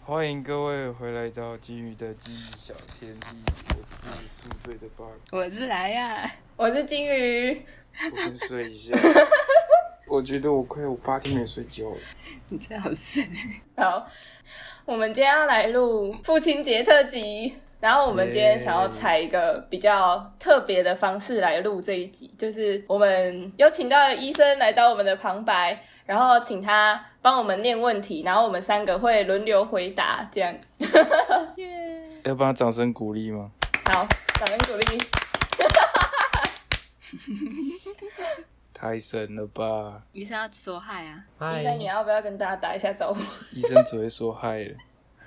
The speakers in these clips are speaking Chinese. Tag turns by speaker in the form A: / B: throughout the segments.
A: 欢迎各位回来到金鱼的记忆小天地，我是宿醉的 bug，
B: 我是莱亚，
C: 我是金鱼，
A: 我先睡一下。我觉得我快有八天没睡觉了，
B: 你最好是
C: 好，我们今天要来录父亲节特辑，然后我们今天想要采一个比较特别的方式来录这一集，就是我们有请到医生来到我们的旁白，然后请他帮我们念问题，然后我们三个会轮流回答，这样。
A: 要帮他掌声鼓励吗？
C: 好，掌声鼓励。
A: 太神了吧！
B: 医生要说嗨啊，
D: 嗨
C: 医生，你要不要跟大家打一下 招呼？
A: 医生只会说嗨了。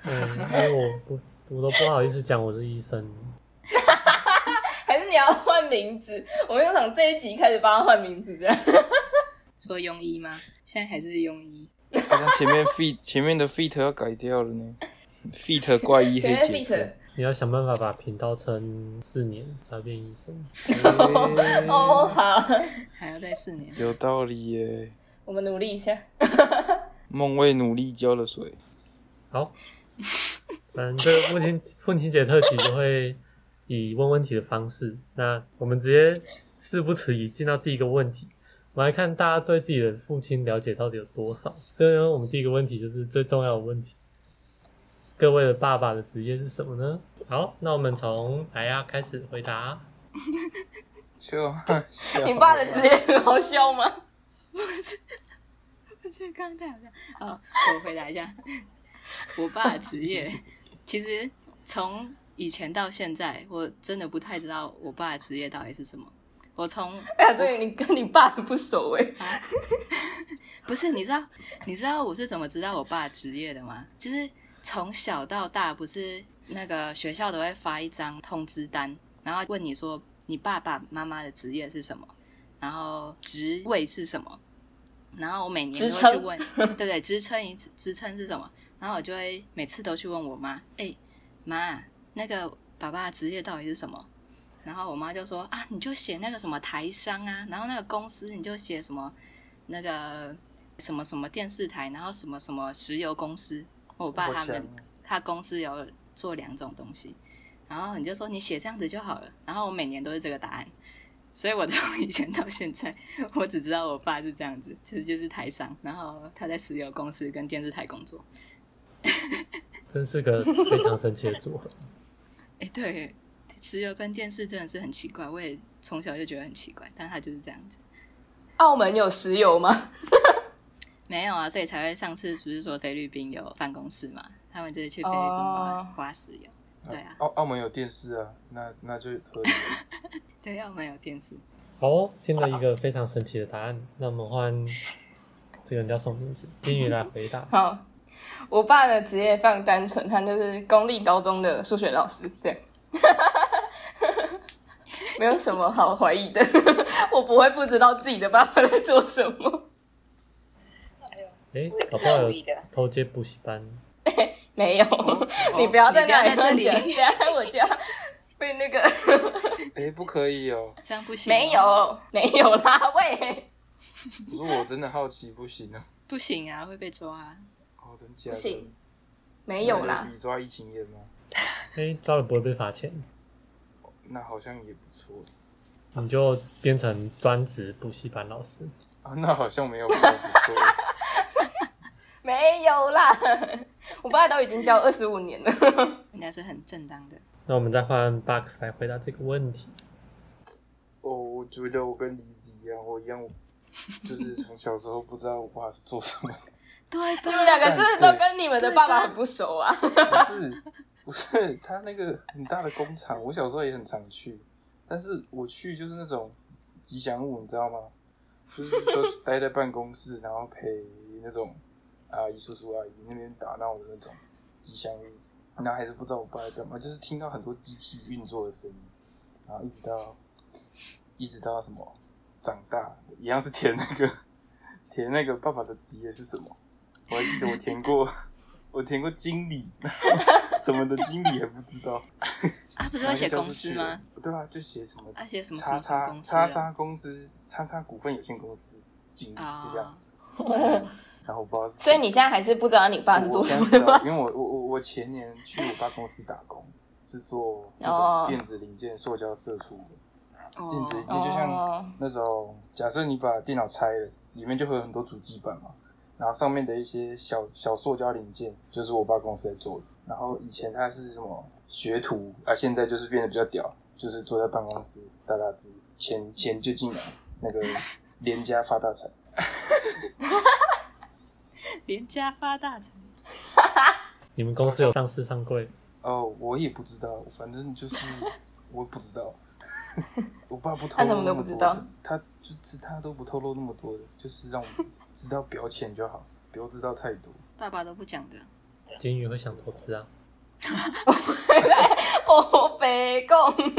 D: 嗯，因为我不，我都不好意思讲我是医生。
B: 哎
C: 还是你要换名字？我们就从这一集开始帮他换名字，这样。
B: 说庸医吗？现在还是庸医，
A: 好像啊前面 feet 前面的 feet 要改掉了呢，feet 怪医
C: 前
A: 黑
C: 面 f
A: 姐
C: e t
A: 夫。
D: 你要想办法把频道撑四年，才变医生。
A: 哎
C: 哦，好，
B: 还要再四年。
A: 有道理耶，
C: 我们努力一下。
A: 梦为努力浇了水。
D: 好，嗯，这个父亲父亲节特辑就会以问问题的方式，那我们直接事不迟疑，进到第一个问题。我们来看大家对自己的父亲了解到底有多少。所以呢，我们第一个问题就是最重要的问题：各位的爸爸的职业是什么呢？好，那我们从来呀开始回答。
A: 就
C: 你爸的职业好笑吗？
B: 我觉得刚刚太好笑。好，我回答一下， 我爸的职业，其实从以前到现在，我真的不太知道我爸的职业到底是什么。我从
C: 哎呀，这个你跟你爸很不熟哎、
B: 不是，你知道，你知道我是怎么知道我爸职业的吗？就是从小到大，不是那个学校都会发一张通知单，然后问你说你爸爸妈妈的职业是什么，然后职位是什么，然后我每年都
C: 职
B: 会去
C: 称
B: 问， 对不对？职称一职称是什么？然后我就会每次都去问我妈，哎、妈，那个爸爸的职业到底是什么？然后我妈就说啊，你就写那个什么台商啊，然后那个公司你就写什么那个什么什么电视台，然后什么什么石油公司。我爸他们他公司有做两种东西，然后你就说你写这样子就好了。然后我每年都是这个答案，所以我从以前到现在，我只知道我爸是这样子，其实就是台商，然后他在石油公司跟电视台工作。
D: 真是个非常神奇的组合。
B: 哎，对，石油跟电视真的是很奇怪，我也从小就觉得很奇怪，但他就是这样子。
C: 澳门有石油吗？
B: 没有啊，所以才会上次不是说菲律宾有办公室嘛？他们就是去菲律宾挖
C: 哦。
B: 挖石油。对啊，
A: 澳澳门有电视啊，那那就合理。
B: 对，澳门有电视。
D: 好哦、听了一个非常神奇的答案，那我们换这个人叫什么名字？金鱼来回答
C: 好，我爸的职业非常单纯，他就是公立高中的数学老师，这样。 没有什么好怀疑的， 我不会不知道自己的爸爸在做什么。
D: 诶，搞不好有偷接补习班。
C: 没有，哦你不要在那里乱
B: 你不要
C: 讲，
B: 在这
C: 等
B: 里
C: 下 我就要被那个
A: 哎、不可以哦！
B: 这样不行、 啊
C: 没，有没有啦，喂。
A: 我说我真的好奇，不行哦、
B: 不行啊，会被抓、啊。
A: 哦，真假的？
C: 不行没有啦
A: 那，比抓疫情严吗？
D: 诶，抓了不会被罚钱，
A: 那好像也不错
D: 你就变成专职补习班老师。
A: 啊，那好像没有比较不错。
C: 没有啦， 我爸都已经教二十五年了。
B: 应该是很正当的。
D: 那我们再换 Box 来回答这个问题。
A: 哦，我觉得我跟梨子一样，我一样，就是从小时候不知道我爸是做什么。
B: 对啊
C: 你们两个
B: 吧？
C: 是不是都跟你们的爸爸很不熟啊？
A: 不是不是，他那个很大的工厂，我小时候也很常去，但是我去就是那种吉祥物，你知道吗？就是都是待在办公室，然后陪那种阿姨、叔叔、阿姨那边打闹的那种吉祥物，然后还是不知道我爸在干嘛，就是听到很多机器运作的声音，然后一直到一直到什么长大，一样是填那个填那个爸爸的职业是什么？我还记得我填过。 我填过经理， 什么的经理也不知道。
B: 啊，不
A: 不
B: 是会写公司吗？？
A: 对啊，就写什么
B: 啊，写什么什
A: 叉
B: 么
A: 叉
B: 什么公司啊？哦
A: 叉叉公司叉叉股份有限公司经理，就这样
B: 啊。
A: 然后我不知道是谁。
C: 所以你现在还是不知道你爸是做
A: 我
C: 什
A: 现
C: 么
A: 在
C: 的
A: 知道
C: 吗？
A: 因为我我我我前年去我爸公司打工，是做那
C: 哦
A: 种电子零件、塑胶射出的。
B: 哦
A: 电子零件就像
C: 哦，
A: 那种，假设你把电脑拆了，里面就会有很多主机板嘛，然后上面的一些小小塑胶零件，就是我爸公司在做的。然后以前他是什么学徒啊，现在就是变得比较屌，就是坐在办公室打打字，钱钱就进来，那个 连家发大财。
B: 连家发大财。
D: 你们公司有上市上柜？
A: 哦，我也不知道，反正就是 我不知道。 我爸不透露
C: 他什么都
A: 那
C: 不
A: 么
C: 知
A: 多
C: 道
A: 的，他就是他都不透露那么多的，就是让我知道表浅就好，不要知道太多。
B: 爸爸都不讲的，
D: 金鱼会想投资啊？
C: 哦，北贡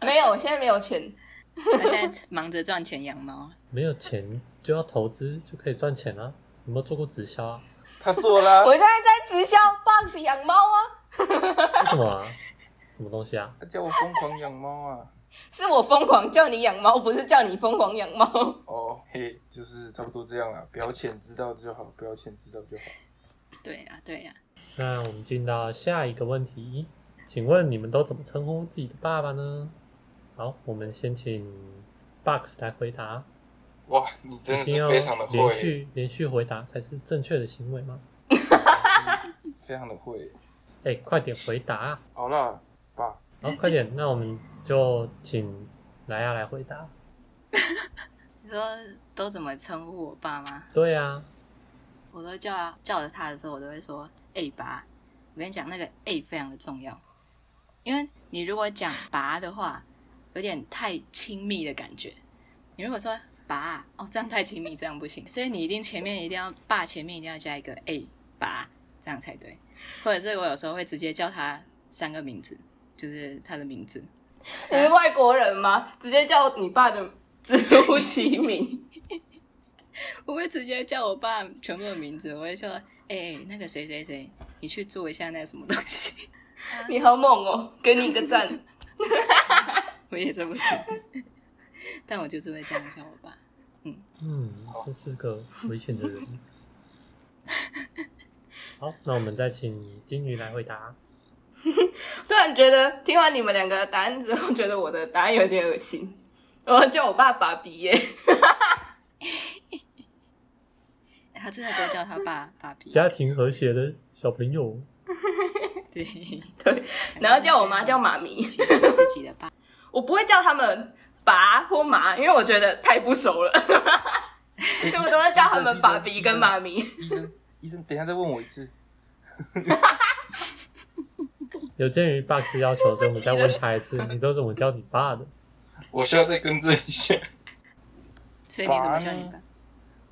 C: 没有，我现在没有钱。
B: 他现在忙着赚钱养猫。
D: 没有钱就要投资就可以赚钱啊？有没有做过直销啊？
A: 他做啦、
C: 我现在在直销 box 养猫啊，
D: 为什么啊？什么东西啊？
A: 他叫我疯狂养猫啊！
C: 是我疯狂叫你养猫，不是叫你疯狂养猫。
A: 哦嘿，就是差不多这样啦，表浅知道就好，表浅知道就好。
B: 对呀、对啊呀、
D: 那我们进到下一个问题，请问你们都怎么称呼自己的爸爸呢？好，我们先请 Box 来回答。
A: 哇，你真
D: 一
A: 的
D: 定
A: 是
D: 要
A: 非常的
D: 连
A: 会，
D: 续连续回答才是正确的行为吗？
A: 非常的会。
D: 哎、快点回答啊！
A: 好啦， 爸，
D: 好，快点，那我们就请莱亚来回答。
B: 你说都怎么称呼我爸吗？
D: 对啊，
B: 我都叫叫着他的时候，我都会说“哎、爸”。我跟你讲，那个“哎”非常的重要，因为你如果讲“爸”的话，有点太亲密的感觉。你如果说“爸”，哦，这样太亲密，这样不行。所以你一定前面一定要“爸”，前面一定要加一个“哎、爸”，这样才对。或者是我有时候会直接叫他三个名字，就是他的名字。
C: 你是外国人吗？直接叫你爸的直呼其名，
B: 我会直接叫我爸全部的名字，我会说：“哎、那个谁谁谁，你去做一下那个什么东西。”
C: 你好猛哦，给你一个赞。
B: 我也这么觉得，但我就是会这样叫我爸。
D: 嗯，这是个危险的人。 好，那我们再请金鱼来回答。
C: 突然觉得听完你们两个的答案之后，觉得我的答案有点恶心。 我要叫我爸爸比 耶，
B: 他真的都叫他爸爸 比，
D: 家庭和谐的小朋友，
B: 对，
C: 对，然后叫我妈叫妈咪。
B: 喜欢自己的爸。
C: 我不会叫他们爸或妈，因为我觉得太不熟了， 所以我都会叫他们爸比跟妈咪。
A: 医生，医生，等一下再问我一次。
D: 有鉴于 Box 要求，所以我们再问他一次，你都怎么叫你爸的？
A: 我需要再更正一下。
B: 所以你怎么叫你
A: 爸
B: 爸
A: 呢？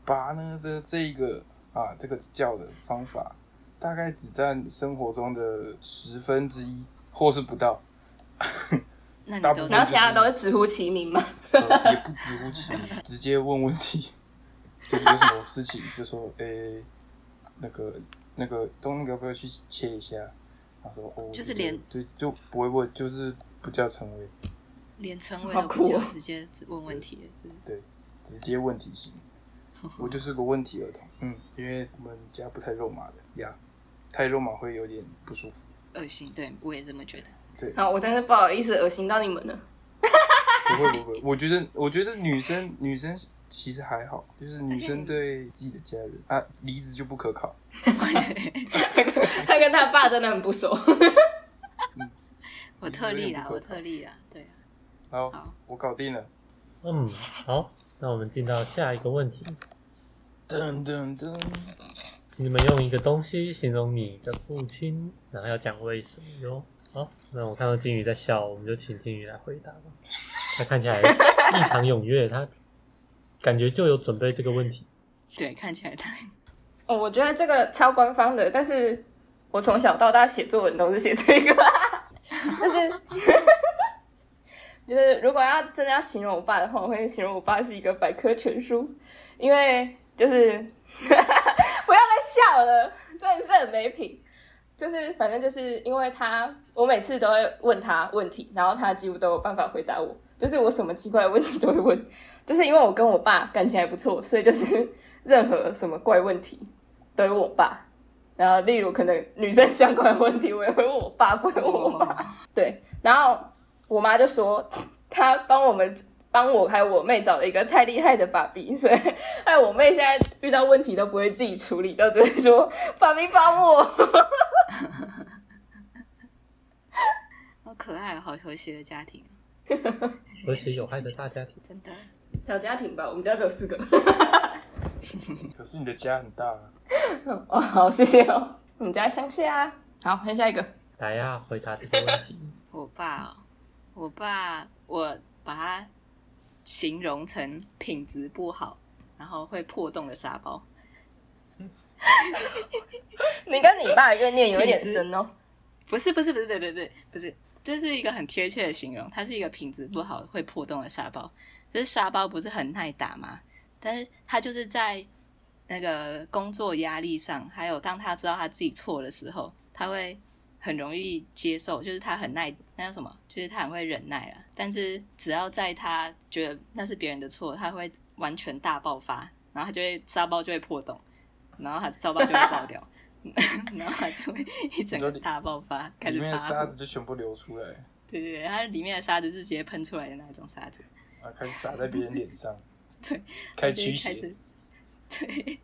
A: 拔呢的这一个啊，这个叫的方法，大概只占生活中的十分之一，或是不到，
B: 那你
A: 大
B: 都
A: 部
C: 然
B: 怎
A: 分
C: 后
B: 么
C: 其他都会直呼其名嘛。
A: 呃也不 直呼其名，直接问问题，就是有什么事情就说，诶、那个那个东那个要不要去切一下？他说，哦，
B: 就是连
A: 对就不会问，就是不叫称谓，
B: 连称谓
C: 好
B: 都不
C: 酷
B: 叫
C: 哦，
B: 直接只问问题了，是不是
A: 对，直接问题 型。我就是个问题儿童，嗯，因为我们家不太肉麻的呀，太肉麻会有点不舒服。
B: 恶心。对我也这么觉得。
A: 对，
C: 好，我真是不好意思恶心到你们了。
A: 不会 不会，我觉得我觉得女生女生其实还好，就是女生对自己的家人啊，离职就不可靠。
C: 他跟他爸真的很不熟。
B: 我特例啦
A: 你，是不是不可靠
B: 我特例啦，对啊。
A: 然后
B: 好
A: 我搞定了，
D: 嗯，好，那我们进到下一个问题，
A: 噔噔噔，
D: 你们用一个东西形容你的父亲，然后要讲为什么哟。哦好，那我看到金鱼在笑，我们就请金鱼来回答吧。他看起来异常踊跃，他感觉就有准备这个问题。
B: 对，看起来他
C: 哦，我觉得这个超官方的，但是我从小到大写作文都是写这个，就是就是，如果要真的要形容我爸的话，我会形容我爸是一个百科全书，因为就是 不要再笑了，真的是很没品。就是反正就是因为他，我每次都会问他问题，然后他几乎都有办法回答我，就是我什么奇怪的问题都会问，就是因为我跟我爸感情还不错，所以就是 任何什么怪问题都会问我爸。然后，例如可能女生相关的问题，我也会问我爸，不会问我妈。
B: 哦
C: 对，然后我妈就说，她帮我们帮我还有我妹找了一个太厉害的爸比，所以哎，我妹现在遇到问题都不会自己处理，都只会说爸比帮我。
B: 好可爱哦，好和谐的家庭，
D: 和谐有爱的大家庭。
B: 真的。
C: 小家庭吧，我们家只有四个。
A: 可是你的家很大、啊，
C: 哦，好，谢谢哦。我们家乡下、啊。好，换下一个。
D: 来呀、回答这个问题。
B: 我爸、哦，我爸，我把它形容成品质不好，然后会破洞的沙包。
C: 你跟你爸的怨念有一点深哦。
B: 不是不是不是不是不是不是，这是一个很贴切的形容，它是一个品质不好会破洞的沙包。就是沙包不是很耐打嘛，但是他就是在那个工作压力上，还有当他知道他自己错的时候，他会很容易接受，就是他很耐那叫什么，就是他很会忍耐啊。但是只要在他觉得那是别人的错，他会完全大爆发，然后他就会沙包就会破洞，然后他沙包就会爆掉， 然后他就会一整个大爆发，开
A: 里
B: 始
A: 面的
B: 发
A: 沙
B: 火。
A: 子就全部流出来，
B: 对对对，它里面的沙子是直接喷出来的那种沙子。
A: 啊，开始撒在别人脸上，
B: 对，
A: 开
B: 就
A: 驱
B: 会开
A: 邪
B: 始，对，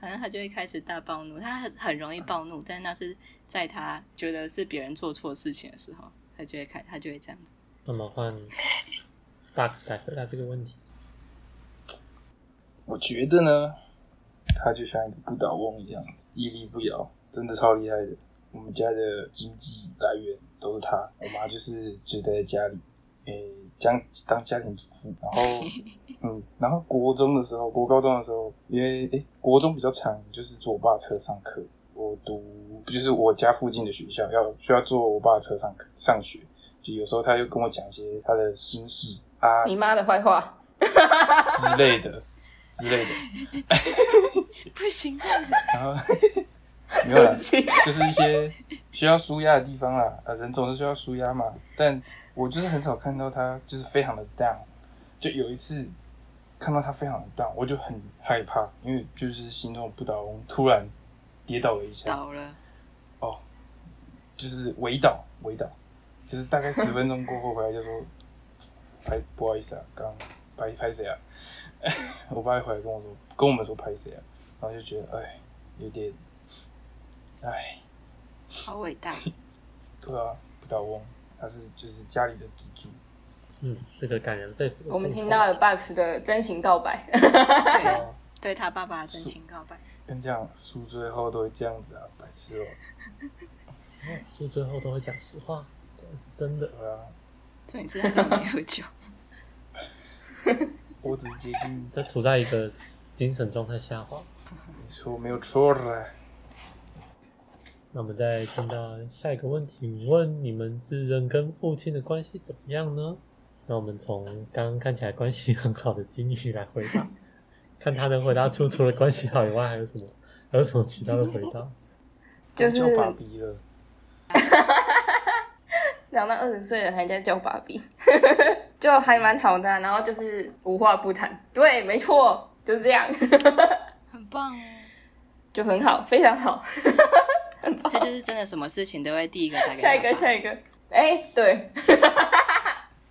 B: 好像他就会开始大暴怒，他很很容易暴怒，但是那是在他觉得是别人做错事情的时候，他就会开，他就会这样子。
D: 那么换 Box 来回答这个问题。
A: 我觉得呢，他就像一个不倒翁一样，屹立不摇，真的超厉害的。我们家的经济来源都是他，我妈就是就待在家里，诶、将当家庭主妇。然后，嗯，然后国中的时候，国高中的时候，因为诶、国中比较长，就是坐我爸车上课。我读就是我家附近的学校，要需要坐我爸车上课上学。就有时候他就跟我讲一些他的心事啊
C: 你妈的坏话，
A: 之类的之类的，
B: 不行，这样子
A: 然后没有
C: 对
A: 啦
C: 不，起。
A: 就是一些需要舒压的地方啦。呃，人总是需要舒压嘛。但我就是很少看到他就是非常的 down。就有一次看到他非常的 down，我就很害怕，因为就是心中的不倒翁突然跌倒了一下，
B: 倒了，
A: 哦，就是围倒围倒，就是大概十分钟过后回来就说，拍不好意思啊，刚拍拍谁啊？ 我爸一回来跟我说，跟我们说拍谁啊？然后就觉得哎，有点，哎。
B: 好伟大，
A: 对啊，不倒翁，他是就是家里的支柱。
D: 嗯，是个感人肺腑的
C: 我们
D: 部分
C: 听到了 Box 的真情告白，
B: 对，对他爸爸真情告白，
A: 跟这样输最后都会这样子啊，白痴哦、
D: 哦是最后都会讲实话，果然是真的。
A: 对啊，
B: 重点是他根本没喝酒，
A: 我只是接近，
D: 他处在一个精神状态下滑。
A: 你说没有错啦。
D: 那我们再听到下一个问题，问你们自认跟父亲的关系怎么样呢？那我们从刚刚看起来关系很好的金鱼来回答，看他能回答出除了关系好以外还有什么，还有什么其他的回答？
C: 就是
A: 叫爸比了，
C: 长到二十岁了还在叫爸比， 就还蛮好的啊、然后就是无话不谈，对，没错，就是这样，
B: 很棒哦。
C: 就很好，非常好。
B: 他就是真的什么事情都会第一个打给
C: 下一个，下一个，哎、对，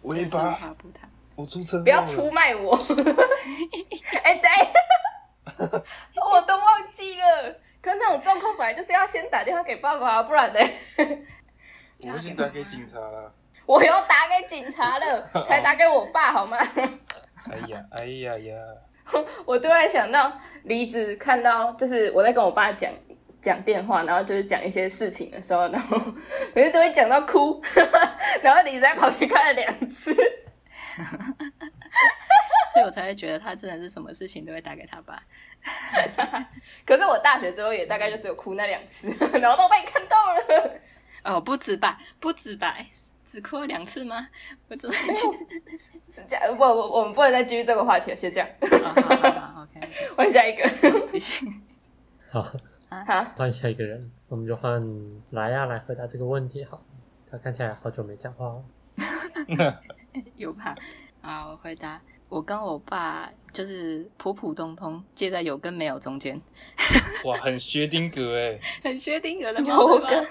A: 尾
B: 一无
A: 巴，
B: 话不谈，
A: 我出车祸
C: 不要出
A: 了，
C: 卖我。 哎、对， 我都忘记了。可是那种状况本来就是要先打电话给爸啊爸，不然呢，
A: 我会先打给警察啦。
C: 我又打给警察了，才打给我爸，好吗？
A: 哎呀，哎呀呀，
C: 我突然想到，离子看到就是我在跟我爸讲讲电话，然后就是讲一些事情的时候，然后 每次都会讲到哭， 然后离子在旁边看了两次，
B: 所以我才会觉得他真的是什么事情都会打给他爸。
C: 可是我大学之后也大概就只有哭那两次， 然后都被你看到了。
B: 哦，不止吧，不止吧，诶只哭了两次吗？我怎么觉得？
C: 这样不，我我们不能再继续这个话题了，先这样，
B: 哦好好好，OK，
C: 换下一个。
B: 继续。
D: 好，
C: 好，
D: 换下一个人，我们就换莱亚来回答这个问题好。他看起来好久没讲话哦。
B: 有吧？啊，我回答，我跟我爸就是普普通通，介在有跟没有中间，
A: 哇，很薛丁格哎，
B: 很薛定谔的猫
C: 有
B: 对吧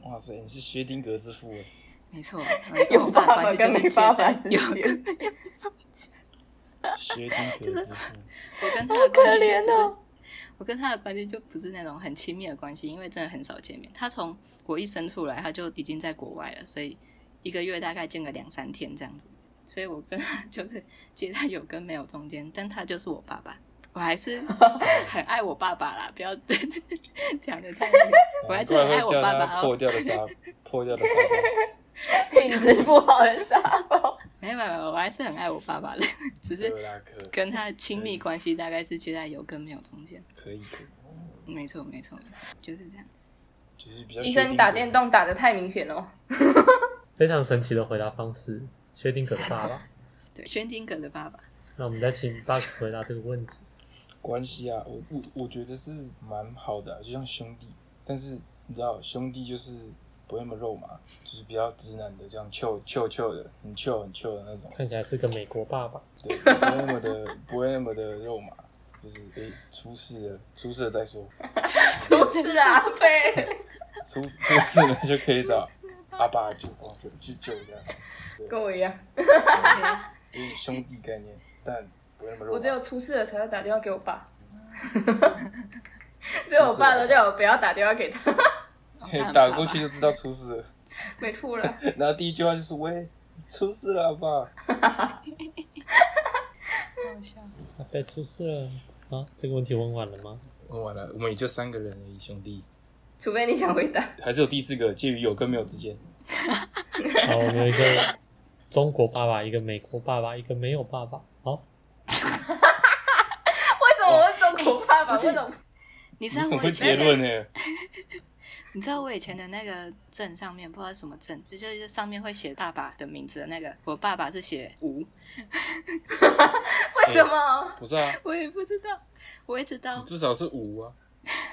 C: 跟
A: 哇塞，你是薛丁格之父哎，
B: 没错，我跟
C: 有
B: 我
C: 爸
B: 爸
C: 爸
B: 关系
C: 跟
B: 就很
C: 没
B: 介
C: 爸爸
B: 在
C: 之
B: 有
C: 间
B: 跟没有中间。
A: 薛 丁格之父，
B: 我跟他
C: 好
B: 的
C: 可
B: 关系
C: 怜
B: 就不是
C: 哦。
B: 我跟他的关系就不是那种很亲密的关系，因为真的很少见面。他从我一生出来，他就已经在国外了，所以一个月大概见个两三天这样子。所以我跟他 就是接在有跟没有中间，但他就是我爸爸，我 还是很爱我爸爸啦，不要 讲的太那个，我还
A: 难
B: 是很
A: 怪
B: 爱
A: 会
B: 我
A: 叫
B: 爸爸
A: 他破
B: 哦。
A: 掉的沙，破掉的沙包。
C: 品质不好的沙包，
B: 没有没有没有，我还是很爱我爸爸的，只是
A: 克拉克，
B: 跟他的亲密关系大概是接在有跟没有中间。
A: 可以可以，
B: 没错没错没错，就是这样。
A: 就是比较
C: 医
A: 薛丁
C: 生
A: 格
C: 打电，动打的太明显了。哦
D: 非常神奇的回答方式，薛定谔的爸爸。
B: 对，薛丁格的爸 爸。
D: 那我们再请 Box 回答这个问题。
A: 关系啊，我不我觉得是蛮好的啊、就像兄弟，但是你知道兄弟就是不会那么肉麻，就是比较直男的，这样 chill chill chill 的，很 chill 很 chill 的那种，
D: 看起来是个美国爸爸，
A: 对，不会那么的不会那么的肉麻，就是诶、出事了出事了再说，
C: 出事啊，飞！
A: 出出事了就可以找阿爸舅哦舅舅舅这样，
C: 跟我一样，
A: 有点兄弟概念，但不会那么肉
C: 我只有
A: 麻。
C: 出事了才会打电话给我 爸。只有我爸都叫我不要打电话给他，
A: 嘿 打过去就知道出事了，
C: 没错了。
A: 然后第一句话就是喂，出事了阿爸。
D: 那被出事了啊？这个问题问完了吗？
A: 问完了，我们也就三个人而已，兄弟，
C: 除非你想回答，
A: 还是有第四个，介于有跟没有之间。
D: 好，我们有一个中国爸爸，一个美国爸爸，一个没有爸爸。好，
C: 为什么我哦哎是中国爸爸？
B: 不是
C: 为什么？
B: 你知道
A: 我
B: 我
A: 会
B: 以
A: 结
B: 前
A: 论呢？
B: 你知道我以前的那个证上面不知道是什么证，就就是上面会写爸爸的名字的那个，我爸爸是写吴，
C: 为什么？
A: 不是啊，
B: 我也不知道，我也知道，
A: 至少是五啊，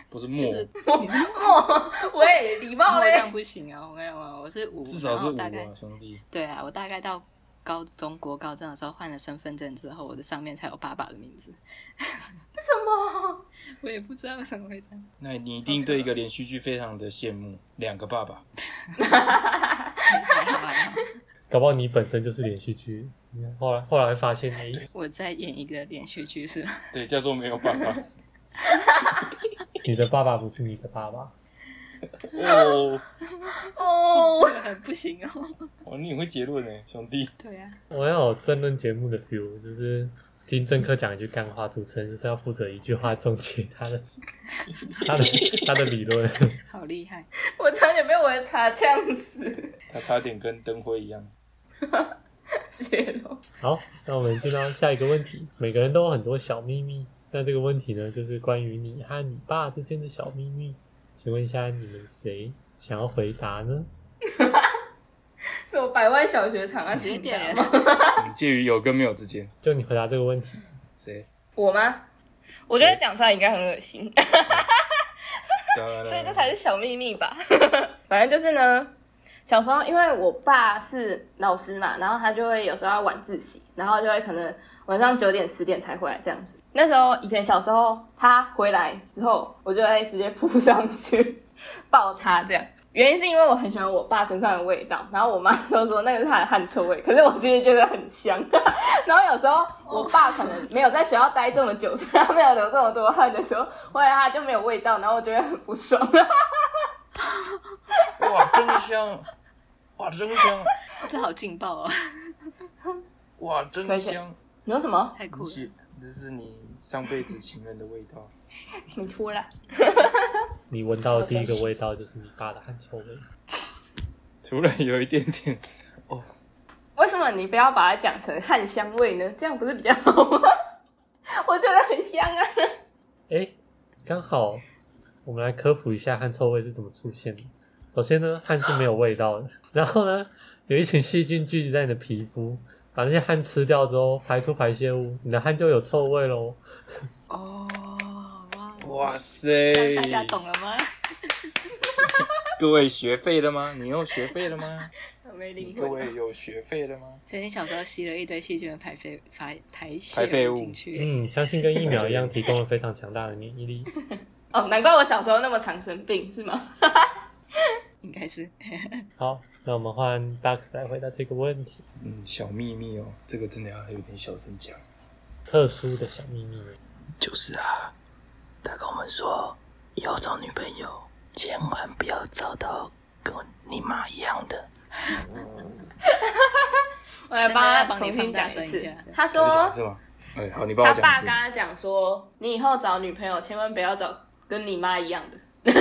A: 不是
B: 就
A: 末，
B: 是
C: 我哦喂，礼貌
B: 我这
C: 嘞
B: 样！不行啊，我没有啊，我是吴，
A: 至少是
B: 然
A: 五
B: 后大概
A: 啊，兄弟。
B: 对啊，我大概到高中国高中的时候换了身份证之后，我的上面才有爸爸的名字，
C: 为 什么？
B: 我也不知道为什么会这样，
A: 那你一定对一个连续剧非常的羡慕，两个爸爸。
B: 还好还好，
D: 搞不好你本身就是连续剧，你看后来后来发现哎 你
B: 我在演一个连续剧是吧？
A: 对，叫做没有爸爸。
D: 你的爸爸不是你的爸爸，
A: 哦，
C: 哦，
B: 这个很不行哦，
A: 哦，你很会结论呢，兄弟。
B: 对啊，
D: 我要有争论节目的 feel，就是听政客讲一句干话，主持人就是要负责一句话总结他的他的他的理论。
B: 好厉害，
C: 我差点被我的茶呛死，
A: 他差点跟灯辉一样。
C: 谢喽。
D: 好，那我们进到下一个问题，每个人都有很多小秘密，那这个问题呢，就是关于你和你爸之间的小秘密，请问一下你们谁想要回答呢？
C: 是我百万小学堂啊，
B: 直接
C: 请
B: 点
C: 打
B: 人
C: 吗
A: 你介于有跟没有之间，
D: 就你回答这个问题，
A: 谁？
C: 我吗？我觉得讲出来应该很恶心。所以这才是小秘密吧。反正就是呢，小时候因为我爸是老师嘛，然后他就会有时候要晚自习，然后就会可能晚上九点十点才回来这样子。那时候以前小时候他回来之后，我就会直接扑上去 抱他这样。原因是因为我很喜欢我爸身上的味道，然后我妈都说那个是他的汗臭味，可是我其实觉得很香。 然后有时候我爸可能没有在学校待这么久，所以他没有流这么多汗的时候，后来他就没有味道，然后我觉得很不爽。
A: 哇，真香！哇，真香！
B: 这好劲爆哦，
A: 哇，真香！
C: 你说什么？
B: 太酷了。
A: 是，这是你上辈子情人的味道。
C: 你出来。
D: 你闻到的第一个味道就是你爸的汗臭味。
A: 突然有一点点，
C: 为什么你不要把它讲成汗香味呢？这样不是比较好吗？ 我觉得很香啊。
D: 哎，刚好我们来科普一下汗臭味是怎么出现的。首先呢，汗是没有味道的，然后呢，有一群细菌聚集在你的皮肤，把那些汗吃掉之后，排出排泄物，你的汗就有臭味喽。
B: 哦，哇，
A: 哇塞！
B: 这样大家懂了吗？
A: 各位学费了吗？你又学费了吗？
C: 没 灵
A: 各
C: 魂。
A: 位有学费了吗？
B: 所以你小时候吸了一堆细菌的排废排排
A: 排
B: 泄
A: 废
B: 物
A: 物
B: 进去，
D: 嗯，相信跟疫苗一样，提供了非常强大的免疫力。
C: 哦，难怪我小时候那么常生病，是吗？
B: 应该是
D: 好，那我们换 Box 来回答这个问题，
A: 嗯，小秘密哦，这个真的要有点小声讲。
D: 特殊的小秘密。
A: 就是啊，他跟我们说，以后找女朋友千万不要找到跟你妈一样的。
C: 我来
B: 真的
C: 帮
B: 要
C: 他
B: 帮你
C: 重新
B: 放大
C: 讲一
B: 声一
C: 次
B: 下。
C: 他
A: 我讲
C: 说
A: 一，次吗？哎、好，你帮
C: 他
A: 我讲
C: 爸
A: 一
C: 跟
A: 次。
C: 他讲说，你以后找女朋友千万不要找跟你妈一样的。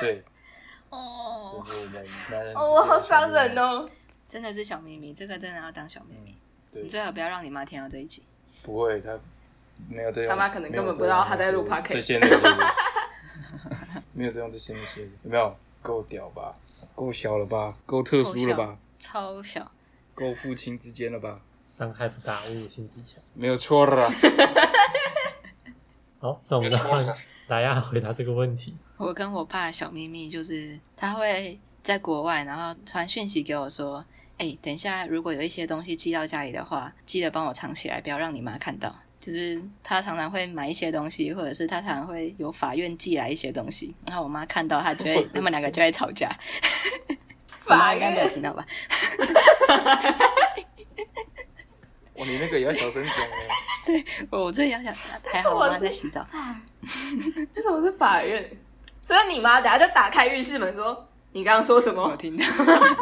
A: 对，就
B: 哦，
A: 是我们男人。
C: 哦，我好伤人！哦。
B: 真的是小秘密，这个真的要当小秘密，
A: 嗯对
B: 你，最好不要让你妈听到这一集。
A: 不会，他没有这样。
C: 他妈可能根本
A: 没有
C: 不知道他在录
A: 这
C: podcast
A: 这些那些 的，没有这样这些那些的，有没有？够屌吧？够小了吧？够特殊了吧？
B: 超小，
A: 够父亲之间了吧？
D: 伤害不大，侮辱性极强。
A: 没有错啦。
D: 好，那我们再换 莱亚回答这个问题。
B: 我跟我爸的小秘密就是，他会在国外，然后传讯息给我说：“哎、等一下，如果有一些东西寄到家里的话，记得帮我藏起来，不要让你妈看到。”就是他常常会买一些东西，或者是他常常会有法院寄来一些东西，然后我妈看到，她就会他们两个就会吵架。我妈应该没有听到吧？
A: 哇，你那个也要小声讲哦。
B: 我最想想，还好我妈在洗澡。
C: 为什么是法院？所以你妈等下就打开浴室门说：“你刚刚说什
B: 我
C: 么
B: 听到，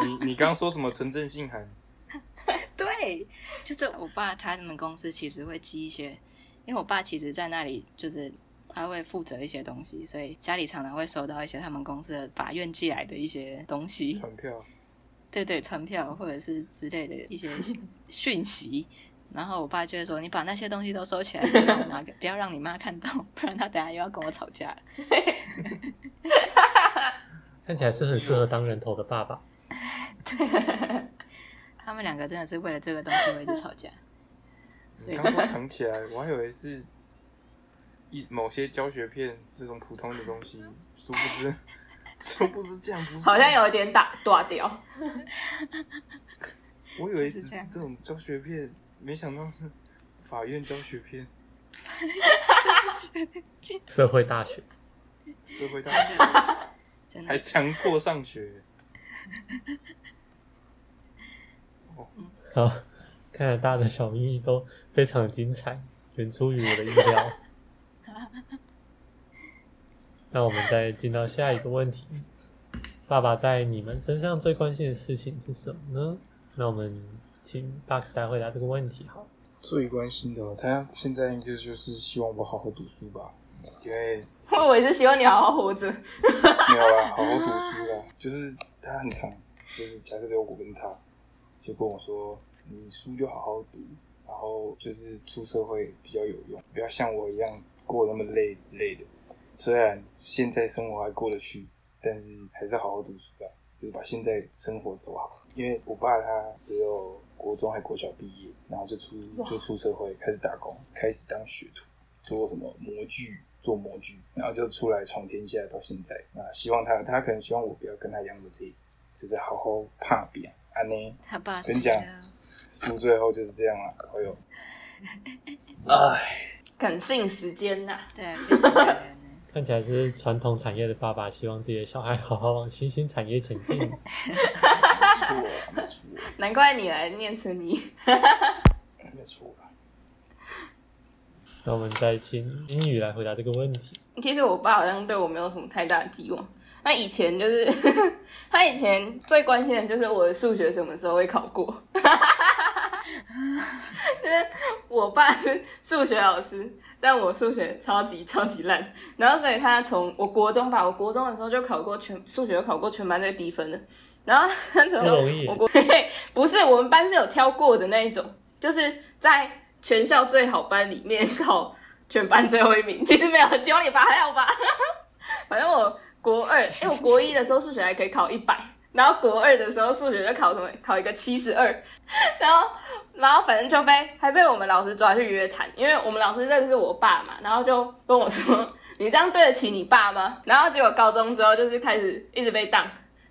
A: 你你刚刚说什么纯正信函？
B: 对，就是我爸他们公司其实会寄一些，因为我爸其实在那里就是他会负责一些东西，所以家里常常会收到一些他们公司的法院寄来的一些东西，
A: 传票？
B: 对对，传票或者是之类的一些讯息。然后我爸就会说：“你把那些东西都收起来，不要让我妈看不要让你妈看到，不然她等下又要跟我吵架了。
D: 看起来是很适合当人头的爸爸。”
B: 他们两个真的是为了这个东西会一直吵架。
A: 你刚说藏起来，我还以为是一某些教学片这种普通的东西，殊不知，殊不知这样不？”是。
C: 好像有一点打断掉。
A: 我以为只
B: 就是这样
A: 是这种教学片，没想到是法院教学片，
D: 社会大学，
A: 社会大学
B: 真的
A: 还，强迫上学。
D: 好， 看来大家的小秘密都非常的精彩，远出于我的意料。那我们再进到下一个问题：爸爸在你们身上最关心的事情是什么呢？那我们请 Box 来回答这个问题。好，
A: 最关心的哦，他现在应该就是希望我好好读书吧，因为
C: 我以为是希望你好好活着。
A: 没有啦，好好读书啦。就是他很长，就是假设只有我跟他，就跟我说，你书就好好读，然后就是出社会比较有用，不要像我一样过那么累之类的。虽然现在生活还过得去，但是还是好好读书吧，就是把现在生活走好。因为我爸他只有国中还国小毕业，然后就出就出社会开始打工，开始当学徒。做什么模具，做模具，然后就出来闯天下到现在。那希望他，他可能希望我不要跟他一样的累，就是好好怕别人。安呢，
B: 他爸
A: 跟你讲
B: 谁啊
A: 书最后就是这样啦。哎呦，哎，
C: 感性时间呐、
B: 对啊，跟你讲人呢
D: 看起来是传统产业的爸爸，希望自己的小孩好好往新兴产业前进。
A: 没错啊，没错啊，
C: 难怪你来念生医。
A: 没错啊。
D: 那我们再请英语来回答这个问题。
C: 其实我爸好像对我没有什么太大的期望。他以前就是 他以前最关心的就是我的数学什么时候会考过。 就是我爸是数学老师，但我数学超级超级烂，然后所以他从我国中吧，我国中的时候就考过全数学考过全班最低分的，然后他从
D: 不容易
C: 我国 不是我们班是有挑过的那一种，就是在全校最好班里面考全班最后一名，其实没有很丢脸吧，还好吧。 反正我国二，因为我国一的时候数学还可以考一百，然后国二的时候数学就考什么考一个七十二， 然后然后反正就被还被我们老师抓去约谈，因为我们老师认识我爸嘛，然后就跟 我说你这样对得起你爸吗？然后结果高中之后就是开始一直被当，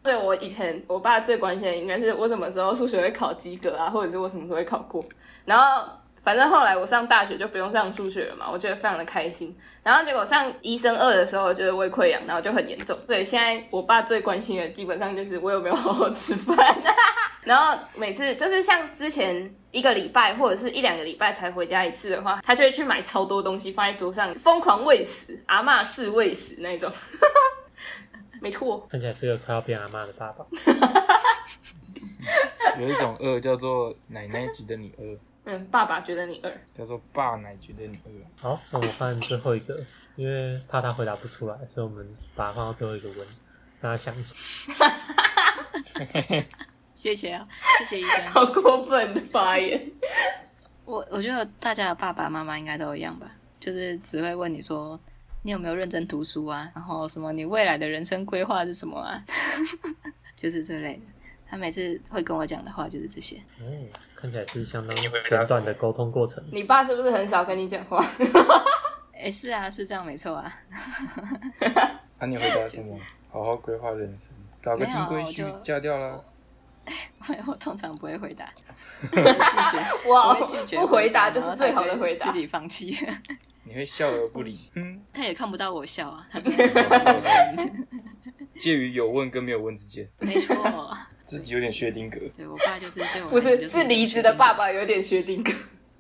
C: 所以我以前我爸最关心的应该是我什么时候数学会考及格啊，或者是我什么时候会考过。然后反正后来我上大学就不用上数学了嘛，我觉得非常的开心。然后结果上一升二的时候就是胃溃疡，然后就很严重。所以现在我爸最关心的基本上就是我有没有好好吃饭。 然后每次就是像之前一个礼拜或者是一两个礼拜才回家一次的话，他就会去买超多东西放在桌上，疯狂喂食，阿嬷式喂食那种。 没错，
D: 看起来是个快要变阿妈的爸爸。
A: 有一种饿叫做奶奶觉得你饿，
C: 嗯，爸爸觉得你 二，
A: 叫做爸奶觉得你饿。
D: 好，那我放最后一个，因为怕他回答不出来，所以我们把它放到最后一个问，让他想一下。
B: 谢谢啊，谢谢医生。
C: 好过分的发言。
B: 我我觉得大家的爸爸妈妈应该都一样吧，就是只会问你说你有没有认真读书啊，然后什么你未来的人生规划是什么啊， 就是这类的。他每次会跟我讲的话就是这些。
D: 嗯，看起来是相当简短的沟通过程。
C: 你爸是不是很少跟你讲话？
B: 诶，是啊，是这样没错啊。
A: 那、啊你回答什么？好好规划人生，找个金龟
B: 没
A: 婿
B: 有我就
A: 嫁掉啦。
B: 我我通常不会回 答，我会拒绝。
C: 哇
B: 我会拒绝
C: 不回答
B: 然后
C: 就是最好的
B: 他就
C: 回答
B: 自己放弃，
A: 你会笑而不理。嗯，
B: 他也看不到我笑啊。
A: 介于有问跟没有问之间，
B: 没 错，
A: 自己有点薛定谔。
B: 对我爸就是对我
C: 不
B: 来
C: 是，
B: 讲就是
C: 离职的爸爸有点薛定谔。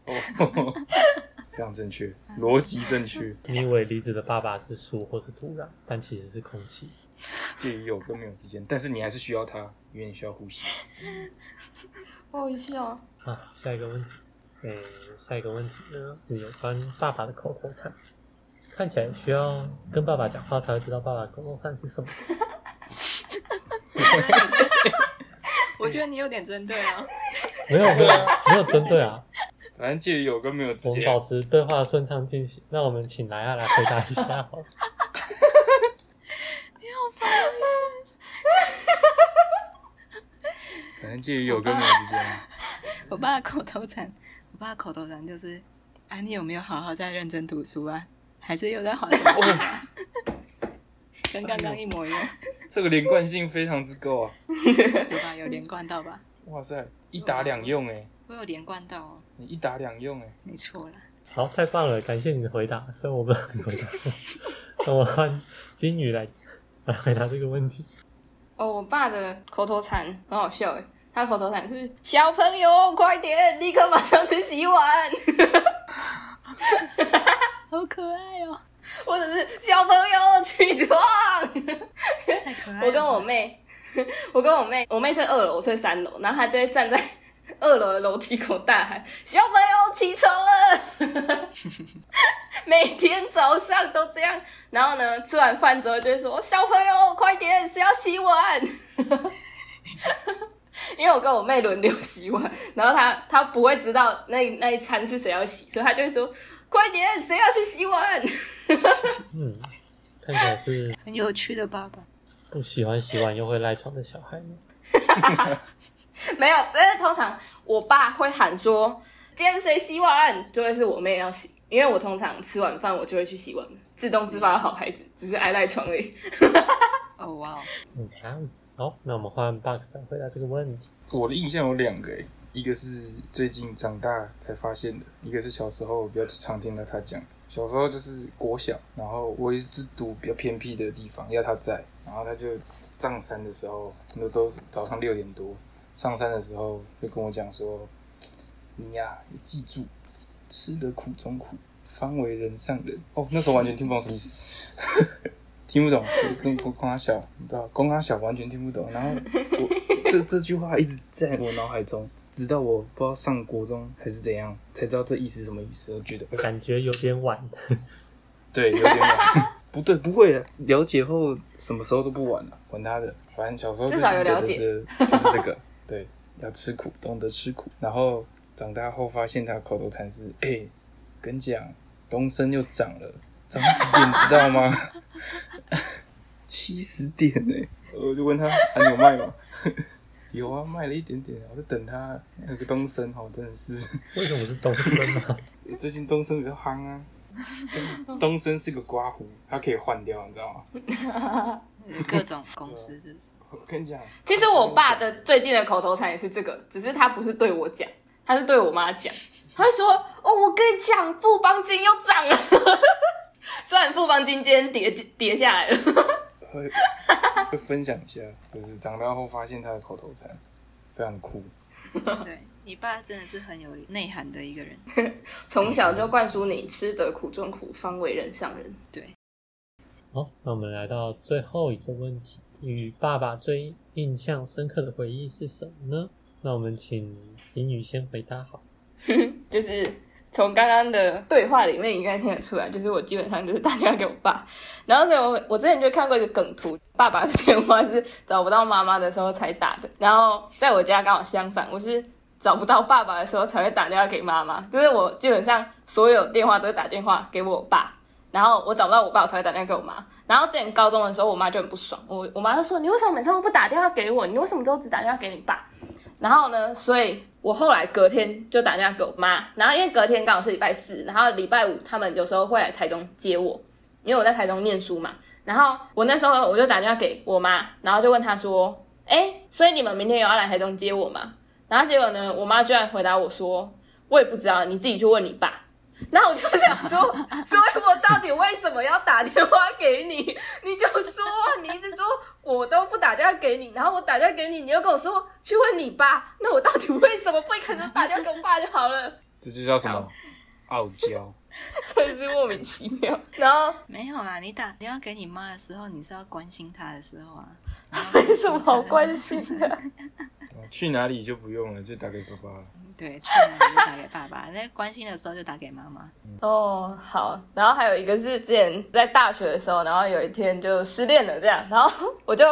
A: 哦， 非常正确，逻辑正确，
D: 你以为离职的爸爸是树或是土壤，但其实是空气。
A: 介于有跟没有之间，但是你还是需要它，因为你需要呼吸。
C: 好笑。
D: 啊，下一个问题，诶、下一个问题呢是有关爸爸的口头禅，看起来需要跟爸爸讲话才会知道爸爸的口头禅是什么。
B: 我觉得你有点针对哦。
D: 没有没有没有针对啊，
A: 反正介于有跟没有之
D: 我们
A: 间，
D: 保持对话的顺畅进行。那我们请莱亚来回答一下好了。
A: 反正介于有跟没有之间。
B: 我爸的口头禅，我爸的口头禅就是：啊，你有没有好好在认真读书啊？还是又在划手机啊？ 跟刚刚一模一样，
A: 这个连贯性非常之够啊！
B: 有吧？有连贯到吧？
A: 哇塞，一打两用哎、
B: 我有连贯到哦，
A: 你一打两用哎、
B: 没错啦。
D: 好，太棒了，感谢你的回答。虽然我不知道你 回答什么，那我换金鱼来来回答这个问题。
C: 哦，我爸的口头禅很好笑哎，他的口头禅是“小朋友，快点，立刻马上去洗碗”，
B: 好可爱哦，
C: 或者是“小朋友，起床”。
B: 太可爱了。
C: 我跟我妹，我跟我妹，我妹睡二楼，我睡三楼，然后她就会站在二楼的楼梯口大喊：“小朋友起床了！” 每天早上都这样。然后呢，吃完饭之后就会说：“小朋友，快点，谁要洗碗？” 因为我跟我妹轮流洗碗，然后她她不会知道那那一餐是谁要洗，所以她就会说：“快点，谁要去洗碗
D: 嗯，看起来是
B: 很有趣的爸爸，
D: 不喜欢洗碗又会赖床的小孩呢。？”
C: 没有，但是通常我爸会喊说：“今天谁洗碗？”啊就会是我妹要洗，因为我通常吃完饭我就会去洗碗，自动自发的好孩子，只是爱赖床而已。
B: 哦哇 哦，
D: 嗯，好，那我们换 Box 来回答这个问题。
A: 我的印象有两个、欸，一个是最近长大才发现的，一个是小时候比较常听到他讲。小时候就是国小，然后我一直读比较偏僻的地方，要他在，然后他就上山的时候，那都是早上六点多上山的时候，就跟我讲说：“你呀、你记住，吃得苦中苦，方为人上人。”哦，那时候完全听不懂什么意思。 听不懂，跟跟光他小，你知道，光他小完全听不懂。然后我这这句话一直在我脑海中，直到我不知道上国中还是怎样，才知道这意思是什么意思。我觉得，呃
D: 感觉有点晚，
A: 对，有点晚。不对，不会的。了解后，什么时候都不晚了，管他的。反正小时候
C: 至少有了
A: 最
C: 解
A: 记得的这，就是这个。对，要吃苦，懂得吃苦。然后长大后发现他口头禅是：“哎、跟你讲，东升又涨了，涨到几点你知道吗？ 七十点呢、我就问他：“还、有卖吗？” 有啊，卖了一点点啊，我在等他。那个东升哦，真的是。
D: 为什么是东升啊？
A: 最近东升比较夯啊，就是东升是个刮胡，它可以换掉，你知道吗？
B: 各种公司是不是？
A: 我跟你讲，
C: 其实我爸的最近的口头禅也是这个，只是他不是对我讲，他是对我妈讲。他会说：“哦，我跟你讲，富邦金又涨了。 虽然富邦金今天跌跌下来了，
A: 会会分享一下，就是长大后发现他的口头禅非常酷。
B: 对你爸真的是很有内涵的一个人。
C: 从小就灌输你吃得苦中苦，方为人上人。
B: 对，
D: 好，那我们来到最后一个问题：与爸爸最印象深刻的回忆是什么呢？那我们请金宇先回答好。
C: 就是从刚刚的对话里面应该听得出来， 就是我基本上就是打电话给我爸，然后所以我我之前就看过一个梗图，爸爸的电话是找不到妈妈的时候才打的，然后在我家刚好相反，我是找不到爸爸的时候才会打电话给妈 妈，就是我基本上所有电话都会打电话给我爸。然后我找不到我爸，我才会打电话给我妈。然后之前高中的时候，我妈就很不爽，我我妈就说：“你为什么每次都不打电话给我？你为什么都只打电话给你爸？”然后呢，所以我后来隔天就打电话给我妈。然后因为隔天刚好是礼拜四，然后礼拜五他们有时候会来台中接我，因为我在台中念书嘛。然后我那时候我就打电话给我妈，然后就问她说：“哎，所以你们明天有要来台中接我吗？”然后结果呢，我妈居然回答我说：“我也不知道，你自己去问你爸。” 然后我就想说， 所以我到底为什么要打电话给你？你就说啊，你一直说我都不打电话给你，然后我打电话给你，你又跟我说去问你爸，那我到底为什么不可能打电话给我爸就好了？
A: 这就叫什么？傲娇。
C: 真是莫名其妙。然后
B: 没有啊，你打电话给你妈的时候，你是要关心她的时候 啊。
C: 有什么好关心的？
A: 去哪里就不用了，就打给爸爸了。
B: 对，去哪里就打给爸爸，那关心的时候就打给妈妈。
C: 哦，好，然后还有一个是之前在大学的时候，然后有一天就失恋了这样，然后我就，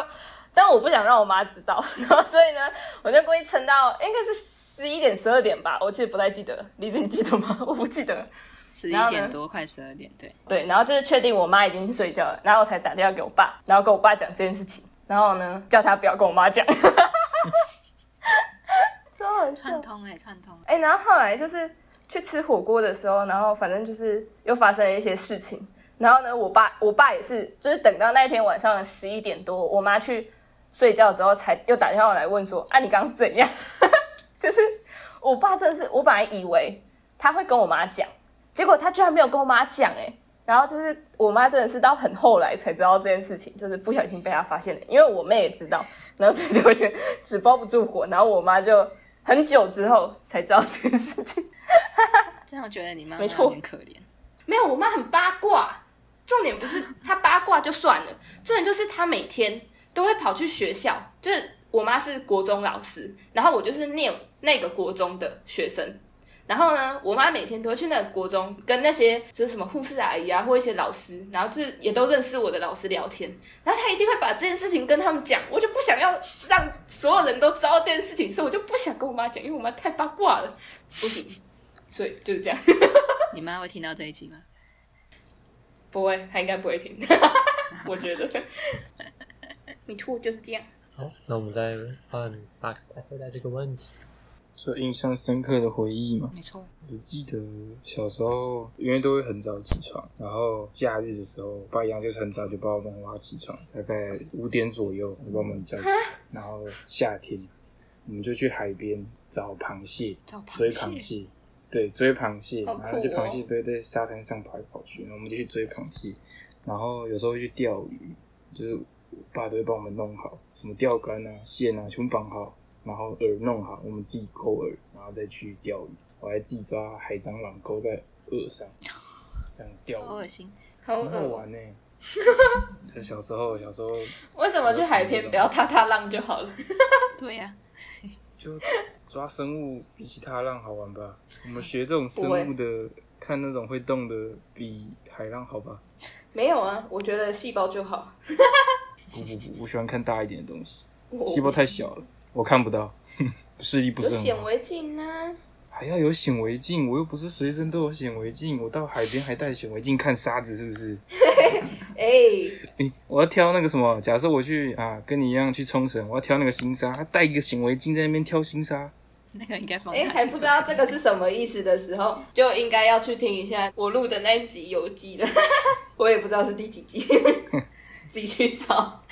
C: 但我不想让我妈知道， 然后所以呢，我就故意撑到应该是十一点十二点吧，我其实不太记得，李子你记得吗？ 我不记得，
B: 十一
C: 然后呢
B: 点多，快十二点，对，
C: 对，然后就是确定我妈已经去睡觉了，然后我才打电话给我爸，然后跟我爸讲这件事情，然后呢叫他不要跟我妈讲， 超好笑
B: 串通哎、串通。
C: 哎、然后后来就是去吃火锅的时候，然后反正就是又发生了一些事情。然后呢，我爸我爸也是，就是等到那一天晚上的十一点多，我妈去睡觉之后，才又打电话来问说：“啊，你刚刚是怎样？” 就是我爸真的是，我本来以为他会跟我妈讲，结果他居然没有跟我妈讲、哎。然后就是我妈真的是到很后来才知道这件事情，就是不小心被他发现了，因为我妹也知道，然后所以就有点纸包不住火，然后我妈就很久之后才知道这件事情。
B: 这样我觉得你妈妈
C: 没错
B: 有点可怜。
C: 没有，我妈很八卦。重点不是她八卦就算了， 重点就是她每天都会跑去学校。就是我妈是国中老师，然后我就是念那个国中的学生。然后呢，我妈每天都会去那个国中，跟那些就是什么护士阿姨啊，或一些老师，然后就是也都认识我的老师聊天。然后她一定会把这件事情跟他们讲，我就不想要让所有人都知道这件事情，所以我就不想跟我妈讲，因为我妈太八卦了，不行。所以就是这样。
B: 你妈会听到这一集吗？
C: 不会，他应该不会听， 我觉得。你吐就是这样。
D: 好，那我们再换 Box 来回答这个问题。
A: 所以印象深刻的回忆嘛，
B: 没错，
A: 我记得小时候，因为都会很早起床，然后假日的时候，我爸一样就是很早就把我们挖起床，大概五点左右就把我们叫起床，然后夏天我们就去海边找螃蟹，
B: 找螃蟹
A: 追螃蟹，对，追螃蟹，
C: 好酷哦
A: 然后那些螃蟹都会在沙滩上跑来跑去，然后我们就去追螃蟹，然后有时候会去钓鱼，就是我爸都会帮我们弄好，什么钓竿啊、线啊，全部绑好，然后饵弄好，我们自己钩饵，然后再去钓鱼。我还自己抓海蟑螂钩在饵上，这样钓
B: 好恶
A: 鱼，
B: 心。
C: 好嗯
A: 很好
C: 恶
A: 玩呢、就小时候，小时候
C: 为什么去海边不要踏踏浪就好了？
B: 对呀、
A: 就抓生物比起踏浪好玩 吧？我们学这种生物的，看那种会动的比海浪好 吧？
C: 没有啊，我觉得细胞就好。
A: 不不不，我喜欢看大一点的东西，
C: 我
A: 细胞太小了， 我看不到，视力不
C: 有
A: 是很
C: 显
A: 好。
C: 微镜啊，
A: 还要有显微镜，我又不是随身都有显微镜，我到海边还带显微镜看沙子，是不是？
C: 哎、
A: 诶我要挑那个什么，假设我去啊，跟你一样去冲绳，我要挑那个新沙，他带一个显微镜在那边挑新沙，
B: 那个应该放
C: 哎、
B: 大镜
C: 还不知道这个是什么意思的时候，就应该 要去听一下我录的那一集游记了。我也不知道是第几集，直
E: 自己去找。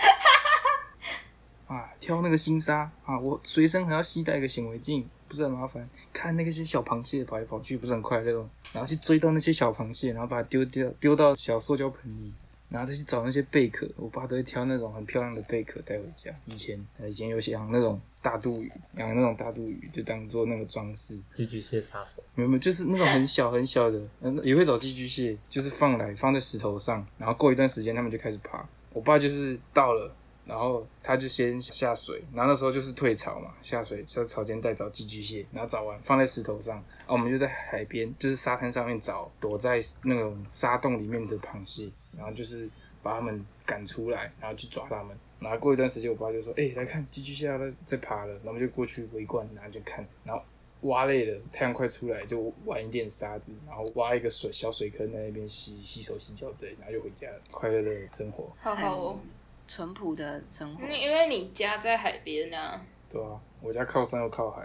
A: 啊，挑那个星沙啊，我随身还要携带一个显微镜，不是很麻烦。看那个些小螃蟹跑来跑去，不是很快乐吗？哦然后去追到那些小螃蟹，然后把它丢掉，丢到小塑胶盆里，然后再去找那些贝壳。我爸都会挑那种很漂亮的贝壳带回家。以前，呃以前有养那种大肚鱼，养那种大肚鱼就当做那个装饰。
D: 寄居蟹杀手，
A: 没有没有，就是那种很小很小的，嗯，也会找寄居蟹，就是放来放在石头上，然后过一段时间它们就开始爬。我爸就是到了，然后他就先下水，然后那时候就是退潮嘛，下水在潮间带找寄居蟹，然后找完放在石头上，啊，我们就在海边，就是沙滩上面找躲在那种沙洞里面的螃蟹，然后就是把它们赶出来，然后去抓它们。然后过一段时间，我爸就说：“哎、来看寄居蟹要在在爬了。”然后我们就过去围观，然后就看，然后挖累了，太阳快出来，就玩一点沙子，然后挖一个水小水坑在那边洗洗手洗脚之类，然后就回家了，快乐的生活，
C: 好好哦，
B: 淳朴的生活
E: 嗯，。因为你家在海边啊，
A: 对啊，我家靠山又靠海，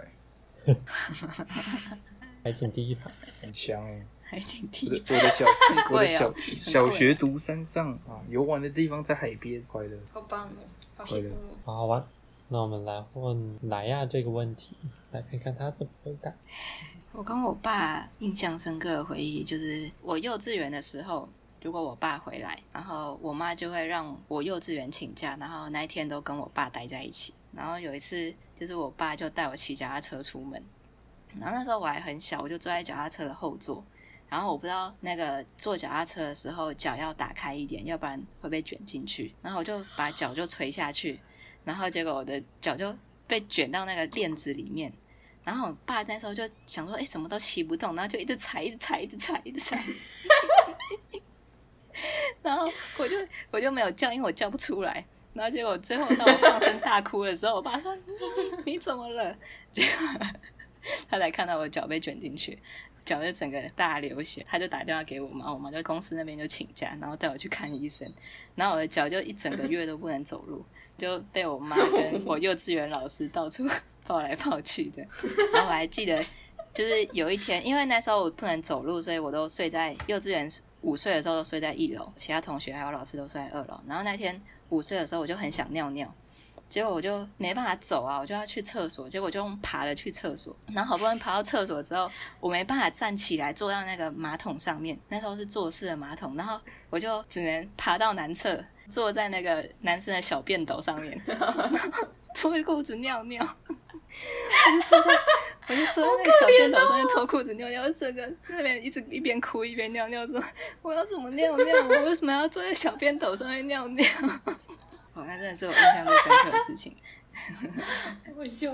D: 海景第一排，
A: 很强哎、
B: 海景
A: 我
B: 地
A: 的我的 小
B: 贵哦
A: 我的小
B: 很贵哦
A: 小学读山上啊，游玩的地方在海边，快乐。
E: 好棒哦，好羡慕哦。
D: 好好玩。那我们来问莱亚这个问题，来看看他怎么回答。
B: 我跟我爸印象深刻的回忆就是，我幼稚园的时候，如果我爸回来，然后我妈就会让我幼稚园请假，然后那一天都跟我爸待在一起。然后有一次，就是我爸就带我骑脚踏车出门，然后那时候我还很小，我就坐在脚踏车的后座。然后我不知道那个坐脚踏车的时候脚要打开一点，要不然会被卷进去。然后我就把脚就垂下去，然后结果我的脚就被卷到那个链子里面。然后我爸那时候就想说，哎，什么都骑不动，然后就一直踩，一直踩，一直踩，一直踩。 然后我就我就没有叫，因为我叫不出来。然后结果最后当我放声大哭的时候，我爸说：“你你怎么了？”结果他才看到我脚被卷进去，脚就整个大流血。他就打电话给我妈，我妈就公司那边就请假，然后带我去看医生。然后我的脚就一整个月都不能走路，就被我妈跟我幼稚园老师到处 抱来抱去的。然后我还记得，就是有一天，因为那时候我不能走路，所以我都睡在幼稚园午睡的时候都睡在一楼，其他同学还有老师都睡在二楼。然后那天午睡的时候，我就很想尿尿。结果我就没办法走啊，我就要去厕所，结果就用爬的去厕所，然后好不容易爬到厕所之后，我没办法站起来坐到那个马桶上面，那时候是坐式的马桶，然后我就只能爬到男厕，坐在那个男生的小便斗 上面，然后脱裤子尿尿，我就坐在我就坐在那个小便斗上面脱裤子尿尿，我整个那边一直一边哭一边尿尿说我要怎么尿尿，我为什么要坐在小便斗上面尿 尿？哦，那真的是我印象最深刻的事情，
E: 我笑。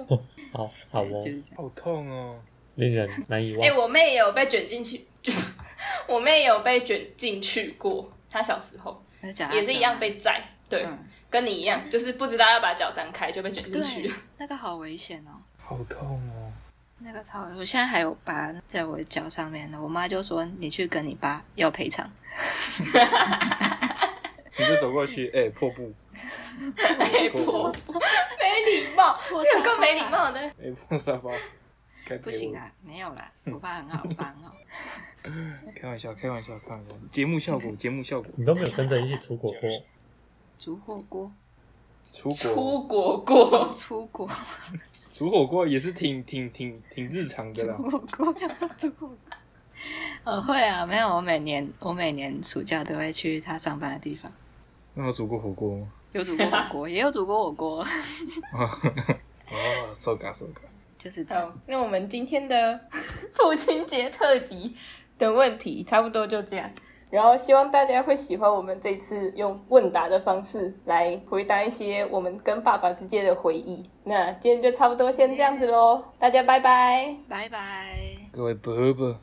D: 好好
B: 对
D: 哦
B: 就，是这样。
A: 好痛哦！
D: 令人难以忘。
E: 哎、我妹也有被卷进去，我妹也有被卷进去过。她小时候
B: 那脚踏
E: 也是一
B: 车
E: 样
B: 吗
E: 被载，对，
B: 啊嗯
E: 跟你一样，就是不知道要把脚张开就被卷进去
B: 对。，那个好危险哦。
A: 好痛哦！
B: 那个超，我现在还有疤在我的脚上面呢。我妈就说你去跟你爸要赔偿，
A: 你就走过去，哎、破布，
E: 没
A: 破
E: 错，哎没礼貌，这有更没礼貌的。
A: 哎、破沙包，该赔我
B: 不行，啊，没有啦，我爸很好，我爸很好。
A: 开玩笑，开玩笑，开玩笑，节目效 果，节目效果，
D: 你都没有跟着一起出国过，
B: 煮火锅，
A: 出国
E: 出国过，
B: 出国，
A: 煮火锅也是挺挺挺挺日常的
B: 煮
A: 啦。
B: 火锅，想说煮火锅。我会啊，没有，我每年我每年暑假都会去他上班的地方，
A: 那有煮过火锅吗？
B: 有煮过火锅，也有煮过火锅，
A: 哦，手嘎手嘎，
B: 就是这样。
C: 好，那我们今天的 父亲节特辑的问题差不多就这样。然后希望大家会喜欢我们这次用问答的方式来回答一些我们跟爸爸之间的回忆。那今天就差不多先这样子喽，大家拜拜。
B: 拜拜。
A: 各位伯伯。